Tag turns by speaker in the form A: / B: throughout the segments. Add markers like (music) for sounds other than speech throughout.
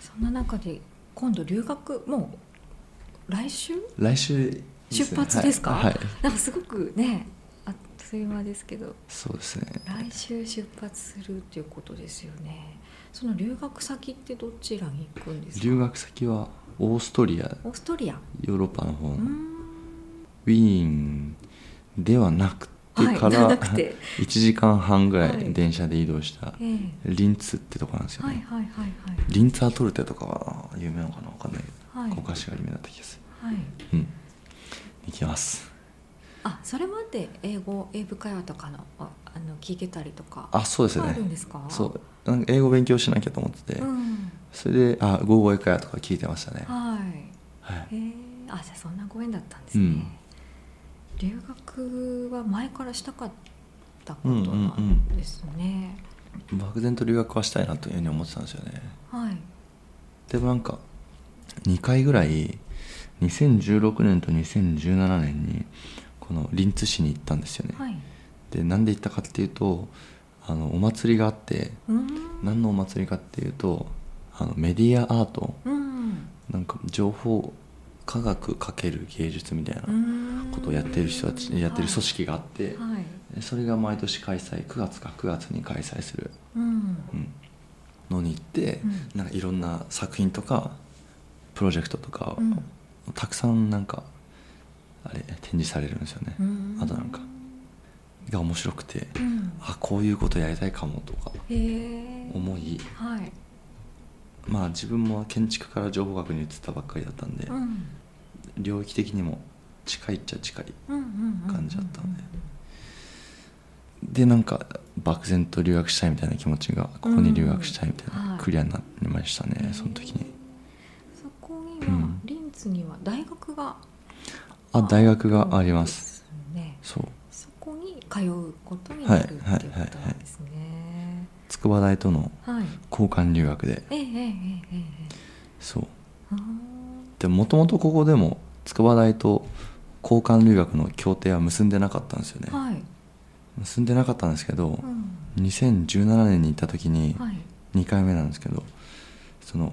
A: そんな中で今度留学もう来週 (laughs)
B: 来週いいす
A: 出
B: ね
A: 発ですか
B: はい、はい
A: なんかすごくねあっという間ですけど
B: そうですね
A: 来週出発するっていうことですよねその留学先ってどちらに行くんですか
B: 留学先はオーストリア
A: オーストリア
B: ヨーロッパの方、
A: うー
B: ウ
A: ん
B: ィーンではなくて
A: はい
B: か
A: じゃ
B: ら、
A: なく
B: (laughs)
A: て、
B: 1時間半ぐら
A: はいい
B: 電車で移動した
A: ええ
B: リンツってとこなんですよ
A: はい
B: ね、
A: はいはい
B: リンツァートルテとかは有名なのかなわかんないけ
A: はい
B: ど、お菓子が有名だった気がす
A: はい、はい、
B: るうん行きます
A: あそれまで英語英文会話とかのああの聞けたりとか
B: あそうですよ
A: あるん
B: ね
A: ですか
B: そうなんか英語勉強しなきゃと思ってて、
A: うん
B: それであ合語英会話とか聞いてましたね、
A: はい
B: はい
A: へえあじゃあそんなご縁だったんですね、
B: うん
A: 留学は前からしたかったことなんですね、
B: 漠然と留学はしたいなというふうに思ってたんですよね
A: はい
B: でもなんか2回ぐらい2016年と2017年にこのリンツ市に行ったんですよね、
A: はい
B: でなんで行ったかっていうとあのお祭りがあって
A: うーん
B: 何のお祭りかっていうとあのメディアアート
A: うん
B: なんか情報科学×芸術みたいな
A: うーん
B: ことをやってる人たちやってる組織があって、
A: はい、はい
B: でそれが毎年開催9月か9月に開催する、
A: うん
B: うんのに行って、
A: う
B: なんかいろんな作品とかプロジェクトとか、
A: うん
B: たくさんなんかあれ展示されるんですよね、
A: うん
B: あとなんかが面白くて、
A: うん
B: あこういうことやりたいかもとか
A: へえ
B: 思い
A: はい、
B: まあ自分も建築から情報学に移ったばっかりだったんで、
A: うん、うん
B: 領域的にも近いっちゃ近い
A: うんうんうん
B: 感じだったんででなんか漠然と留学したいみたいな気持ちがここに留学したいみたい
A: うんは
B: ないクリアになりましたね、その時に
A: そこに
B: う
A: は
B: ん
A: リンツには大学が
B: あ大学があります
A: すね
B: そう
A: そこに通うことになるっていうこ
B: はい
A: と
B: はいはい
A: なんですね。
B: 筑波大との
A: はい。
B: 交換留学で
A: ええええええええ。
B: そう
A: あー
B: でもともとここでも筑波大と交換留学の協定は結んでなかったんですよね、
A: はい。
B: 結んでなかったんですけど、
A: うん。
B: 2017年に行った時に
A: はい。
B: 2回目なんですけどその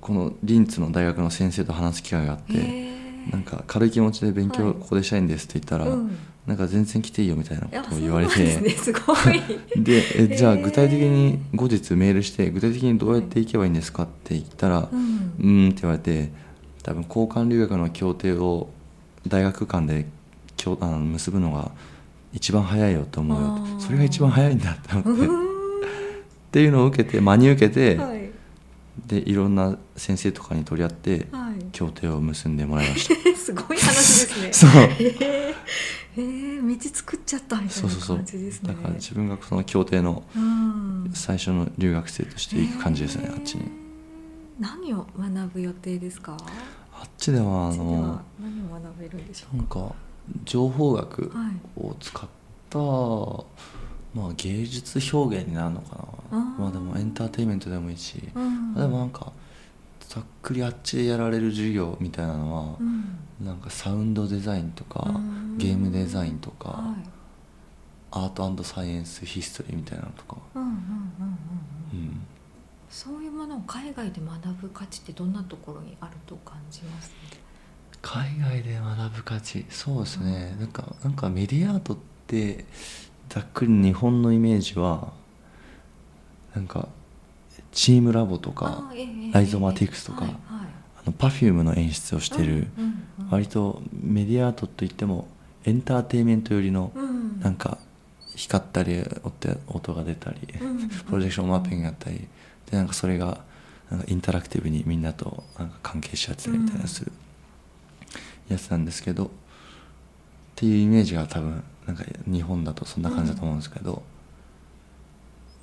B: このリンツの大学の先生と話す機会があっ
A: へ
B: て
A: え
B: なんか軽い気持ちで勉
A: は
B: 強
A: い
B: ここでしたいんですって言ったら、
A: うん。
B: なんか全然来ていいよみたいない
A: や
B: ことを言われ
A: そうなん
B: て
A: ですね。すごい。
B: でえじゃあ
A: へー
B: 具体的に後日メールして具体的にどうやって行けばいいんですかって言ったら「う」
A: うんん。
B: んって言われて多分交換留学の協定を大学間で協あの結ぶのが一番早いよと思うよ
A: あー
B: それが一番早いんだって思って、っ
A: う
B: ていうのを受けて真に受けて、
A: ーん。はい。
B: でいろんな先生とかに取り合って
A: は
B: 協定を結んでもらいまし
A: (laughs)
B: た
A: い。すごい話ですね。
B: そう
A: へえへえ道作っちゃったみたい
B: そう
A: な
B: そうそう
A: 感じですね。
B: だから自分がその協定の
A: うん。
B: 最初の留学生として行く感じです
A: へ
B: ね、
A: え
B: あっちに
A: 何を学ぶ予定ですか。
B: あっちではあ
A: あ
B: の
A: の何を学べるんでしょう
B: なんか情報学
A: か。はい。
B: を使った、まあ、芸術表現になるのか
A: あ
B: な
A: ー
B: まあでもエンターテインメントでもいいし、
A: うん
B: でもなんかざっくりあっちでやられる授業みたいなのは、
A: うん
B: なんかサウンドデザインとか、
A: うん
B: ゲームデザインとか、
A: はい
B: アートサイエンスヒストリーみたいなのとか、
A: うんうんうんうんう
B: うんん、
A: そういうものを海外で学ぶ価値ってどんなところにあると感じます
B: 海外で学ぶ価値そうですね、なんかなんかメディアアートってざっくり日本のイメージはなんかチームラボとか
A: あええええ
B: ライゾマティクスとか
A: はい
B: あの Perfume の演出をしてる、
A: うんうんうん
B: 割とメディアアートといってもエンターテインメント寄りの
A: うん
B: なんか光ったり音音が出たり、
A: うん
B: プロジェクションマッピングやったりでなんかそれがなんかインタラクティブにみんなとなんか関係し合ってるみたいなするやつなんですけど、っていうイメージが多分なんか日本だとそんな感じだと思うんですけど、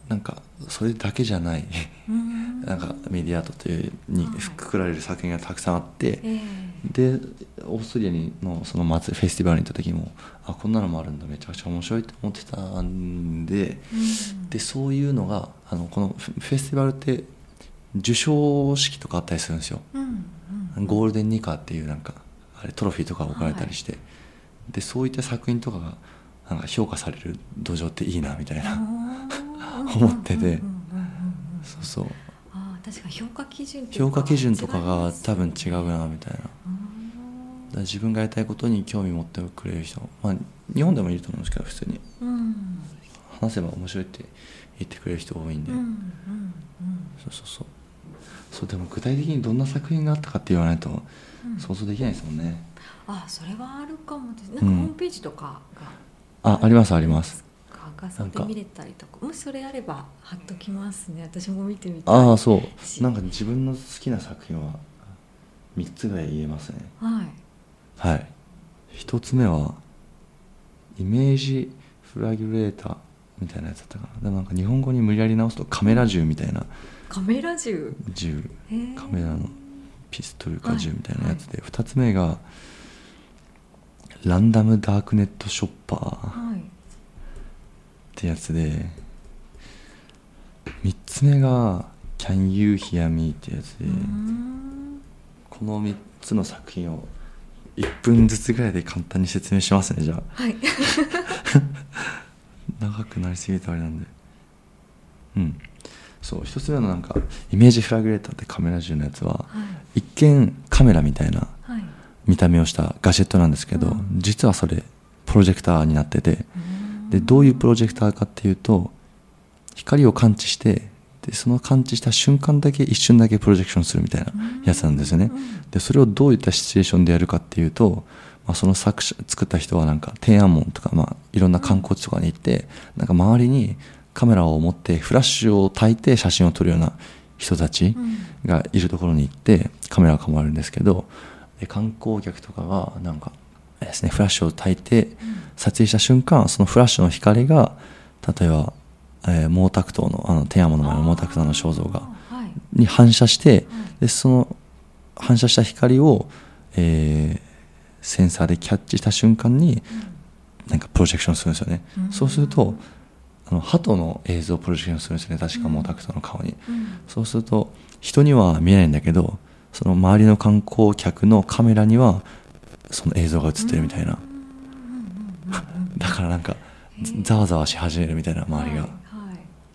B: なんかそれだけじゃない
A: うん
B: なんかメディアアートというに
A: はい
B: くくられる作品がたくさんあって、
A: ええ
B: でオーストリアにのその祭りフェスティバルに行った時もあこんなのもあるんだめちゃくちゃ面白いと思ってたんで。
A: うん
B: でそういうのがあのこのフフェスティバルって受賞式とかあったりするんですよ
A: うんうん
B: ゴールデンニカーっていうなんかあれトロフィーとかが置かれたりして、でそういった作品とかがなんか評価される土壌っていいなみたいな、
A: あー
B: (laughs) 思ってて
A: うんうんうんうんうんうん
B: そうそう
A: ああ確かに評価基準っていう
B: 評
A: か
B: 価基準とか
A: 違い
B: が
A: ます
B: 多分違うなみたいなだか
A: うん
B: ら自分がやりたいことに興味持ってくれる人まあ日本でもいると思うんですけど普通に
A: うん
B: 話せば面白いって言ってくれる人多いん
A: う
B: で、
A: んうん
B: そうそうそうそうでも具体的にどんな作品があったかって言わないと
A: うん
B: 想像できないですもんね、
A: あそれはあるかもですなん
B: う
A: か
B: ん
A: ホームページとかが、
B: あありますあります
A: か画像で
B: なんか
A: 見れたりとかもしそれあれば貼っときますね私も見てみたい
B: あ
A: は
B: あそうなんか自分の好きな作品は3つぐらい言えますね
A: い
B: はい1つ目はイメージフラギュレーターみたいなやつだったかなでもなんか日本語に無理やり直すとカメラ銃みたいな
A: カメラ銃
B: 銃
A: へー
B: カメラのピストルか銃みたいなやつ
A: は
B: で、2つ目がランダムダークネットショッパーっ
A: はい
B: てやつで3つ目が「Can You Hear Me」ってやつで、
A: うーん
B: この3つの作品を1分ずつぐらいで簡単に説明しますねじゃあ
A: はい (laughs)
B: 長くなりすぎたあれなんでうんそう1つ目のなんかイメージフラグレーターってカメラ銃のやつは
A: はい
B: 一見カメラみたいな
A: はい
B: 見た目をしたガジェットなんですけど、
A: うん
B: 実はそれプロジェクターになってて
A: うーん
B: でどういうプロジェクターかっていうと光を感知してでその感知した瞬間だけ一瞬だけプロジェクションするみたいなやつなんですよね
A: うん
B: でそれをどういったシチュエーションでやるかっていうと、まあ、その作者作った人はなんか天安門とか、まあ、いろんな観光地とかに行ってなんか周りにカメラを持ってフラッシュを焚いて写真を撮るような人たち、
A: うん
B: がいるところに行ってカメラが構えるんですけどで観光客とかがなんかあれですねフラッシュを焚いて撮影した瞬間そのフラッシュの光が例えば、えー毛沢東のあの天安門の前の毛沢東の肖像画
A: あーはい
B: に反射して
A: はい
B: でその反射した光を、えーセンサーでキャッチした瞬間になんかプロジェクションするんですよね、
A: うん
B: そうするとあの鳩の映像をプロジェクションするんですよね確か毛沢東の顔に、
A: うんうん
B: そうすると人には見えないんだけどその周りの観光客のカメラにはその映像が映ってるみたいな、 (laughs) だからなんかざざわざわし始めるみたいな周りが、
A: はいはい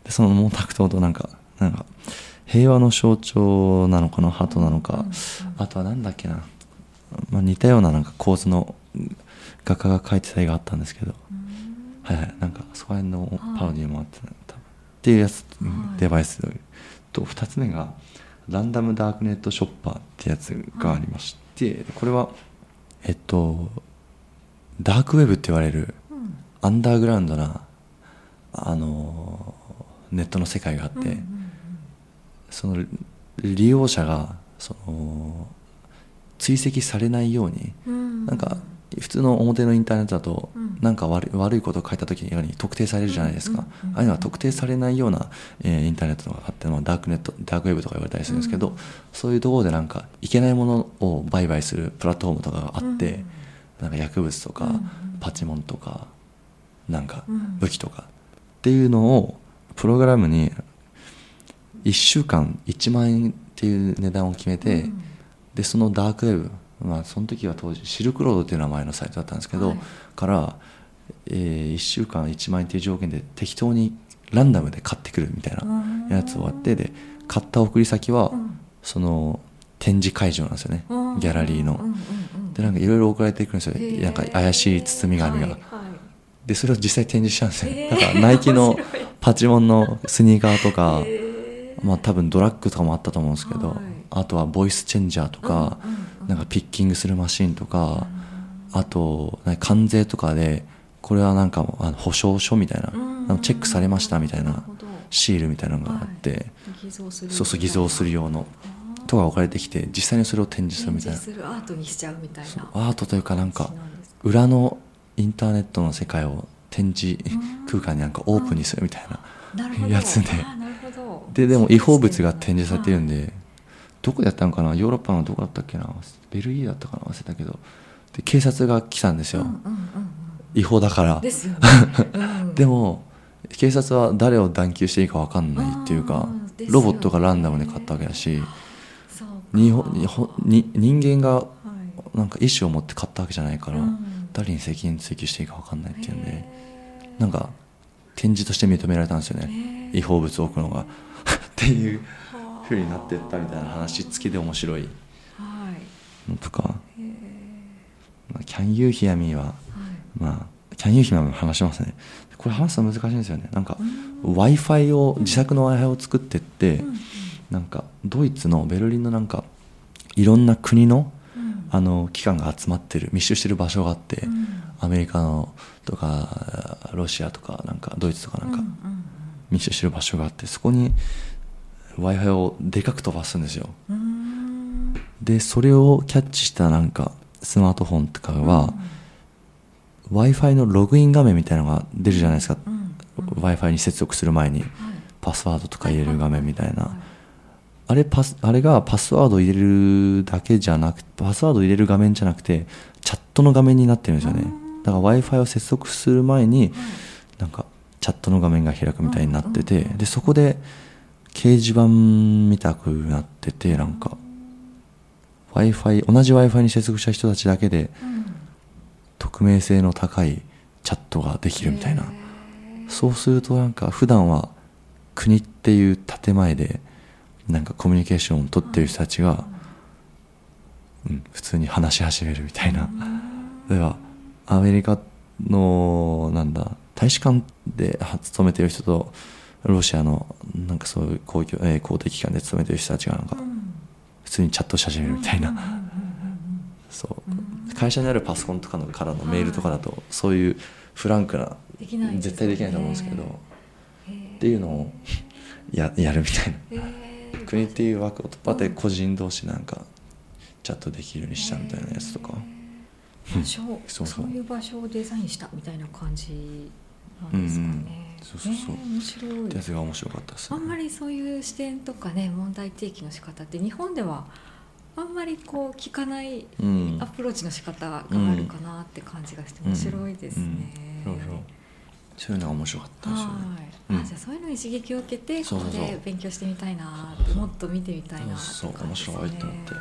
B: でその毛沢東となんかなんか平和の象徴なのかな鳩なのか、あとはなんだっけな、まあ、似たようななんか構図の画家が描いてた絵があったんですけど、
A: うん
B: はいはい、なんかそこら辺
A: は
B: の
A: い
B: パロディーもあって、多分っていうやつ、
A: はい
B: デバイスと2つ目がランダムダークネットショッパーってやつがありまして、これはえっとダークウェブって言われる
A: うん
B: アンダーグラウンドなあのネットの世界があって、
A: うんうん
B: その利用者がその追跡されないように
A: うん
B: なんか普通の表のインターネットだと
A: うん
B: なんか悪い悪いことを書いた時のように特定されるじゃないですか
A: うんうんうんうん
B: ああいうのは特定されないような、えーインターネットとかあって、まあ、ダークネットダークウェブとか言われたりするんですけど、
A: うん
B: そういうところでなんかいけないものを売買するプラットフォームとかがあって、なんか薬物とか、
A: うんうん
B: パチモンとかなんか
A: うん
B: 武器とかっていうのをプログラムに1週間1万円っていう値段を決めて、
A: うん
B: でそのダークウェブ、まあ、その時は当時シルクロードっていう名前のサイトだったんですけど、
A: はい
B: から、え1週間1万円っていう条件で適当にランダムで買ってくるみたいなやつをやってで買った送り先は、
A: うん
B: その展示会場なんですよね、
A: うん
B: ギャラリーの。
A: うんうんうん
B: でなんかいろいろ送られてくるんですよ、
A: へー
B: なんか怪しい包み紙
A: は
B: が、
A: いはい
B: でそれを実際展示したんですよ、
A: へー
B: だからナイキの
A: 面白い
B: パチモンのスニーカーとか、
A: へー
B: まあ多分ドラッグとかもあったと思うんですけど、
A: はい
B: あとはボイスチェンジャーとか、
A: うんうんうん
B: なんかピッキングするマシンとか、あとなんか関税とかでこれはなんかもうあの保証書みたいな、
A: うん
B: あのチェックされましたみたい
A: なる
B: な
A: ほど
B: シールみたいなのがあって、
A: 偽造する
B: そうそう偽造する用の
A: あー
B: とか置かれてきて実際にそれを展示する
A: 展
B: みたい
A: 示
B: な
A: するアートにしちゃうみたい
B: そう
A: な
B: アートというかなんか
A: 感じなんです
B: 裏のインターネットの世界を展示
A: うん
B: 空間になんかオープンにするみたいな。
A: なるほど
B: やつで
A: あーなるほど
B: ででも違法物が展示されてるん
A: で
B: で、どこでやったのかなヨーロッパのどこだったっけなベルギーだったかな忘れたけどで警察が来たんです
A: す
B: よ、
A: ようんうんうんうん
B: 違法だから
A: です
B: (laughs)
A: よねうん
B: でも警察は誰を断給していいか分かんないっていうか、
A: うんですよね
B: ロボットがランダムで買ったわけだし
A: そうか
B: 日本日本に人間が
A: はい
B: なんか意思を持って買ったわけじゃないから、
A: うん
B: 誰に責任追及していいか分かんないっていうんで
A: へー
B: なんか展示として認められたんですよね
A: へー (laughs)
B: 違法物を置くのがっていう
A: は
B: ふうになってったみたいな話付きで面白い
A: はい
B: のとか
A: へえ
B: 「まあ Can You Hear Me」は
A: はい
B: まあ「Can You Hear Me」も話しますねこれ話すの難しいんですよねなんか
A: うん
B: w i f i を自作の w i f i を作ってって、
A: うん
B: なんかドイツのベルリンのなんかいろんな国の
A: うん
B: あの機関が集まってる密集してる場所があって、
A: うん
B: アメリカのとかロシアとかなんかドイツとかなんか
A: うんうん
B: 密集してる場所があってそこに w i f i をでかく飛ばすんですよ
A: うーん
B: でそれをキャッチしたなんかスマートフォンとかは、w i f i のログイン画面みたいなのが出るじゃないですか、
A: うん
B: w i f i に接続する前に
A: はい
B: パスワードとか入れる画面みたいな、
A: は
B: あれパス、あれがパスワードを入れるだけじゃなくパスワードを入れる画面じゃなくて、チャットの画面になってるんですよね。だから Wi-Fi を接続する前に、なんか、チャットの画面が開くみたいになってて、で、そこで、掲示板見たくなってて、なんか、Wi-Fi、同じ Wi-Fi に接続した人たちだけで、
A: いうん
B: 匿名性の高いチャットができるみたいな
A: へ。
B: そうするとなんか普段は国っていう建前でなんかコミュニケーションを取ってる人たちが、うん、普通に話し始めるみたいな例えばアメリカのなんだ大使館では勤めてる人とロシアのなんかそういう公共、えー公的機関で勤めてる人たちがなんか
A: ーうん
B: 普通にチャットし始めるみたいなそう会社にあるパソコンとかのからのメールとかだとそういうフランクな
A: できないですよね
B: 絶対できないと思うんですけど。
A: へ
B: っていうのをや (laughs) やるみたいな
A: えへえ
B: 国っていう枠を突破で個人同士なんかチャットできるようにしたみたいなやつとか
A: 場所
B: そ
A: そうう
B: そう
A: いう場所をデザインしたみたいな感じなんですかね、
B: うんうんそうそうそう
A: ねえ面白い
B: ってやつが面白かったです
A: あ
B: ね
A: んまりそういう視点とかね問題提起の仕方って日本ではあんまりこう聞かない
B: うん
A: アプローチの仕方があるかなって感じがして面白いですね。
B: うんうんそうそうそういうのが面白かったですよね
A: はい、
B: うん
A: あじゃあそういうのに刺激を受けて
B: そう
A: こ
B: そう
A: こ
B: そう
A: で勉強してみたいなってもっと見てみたいなって感じです、ね、
B: そうそう面白いと思って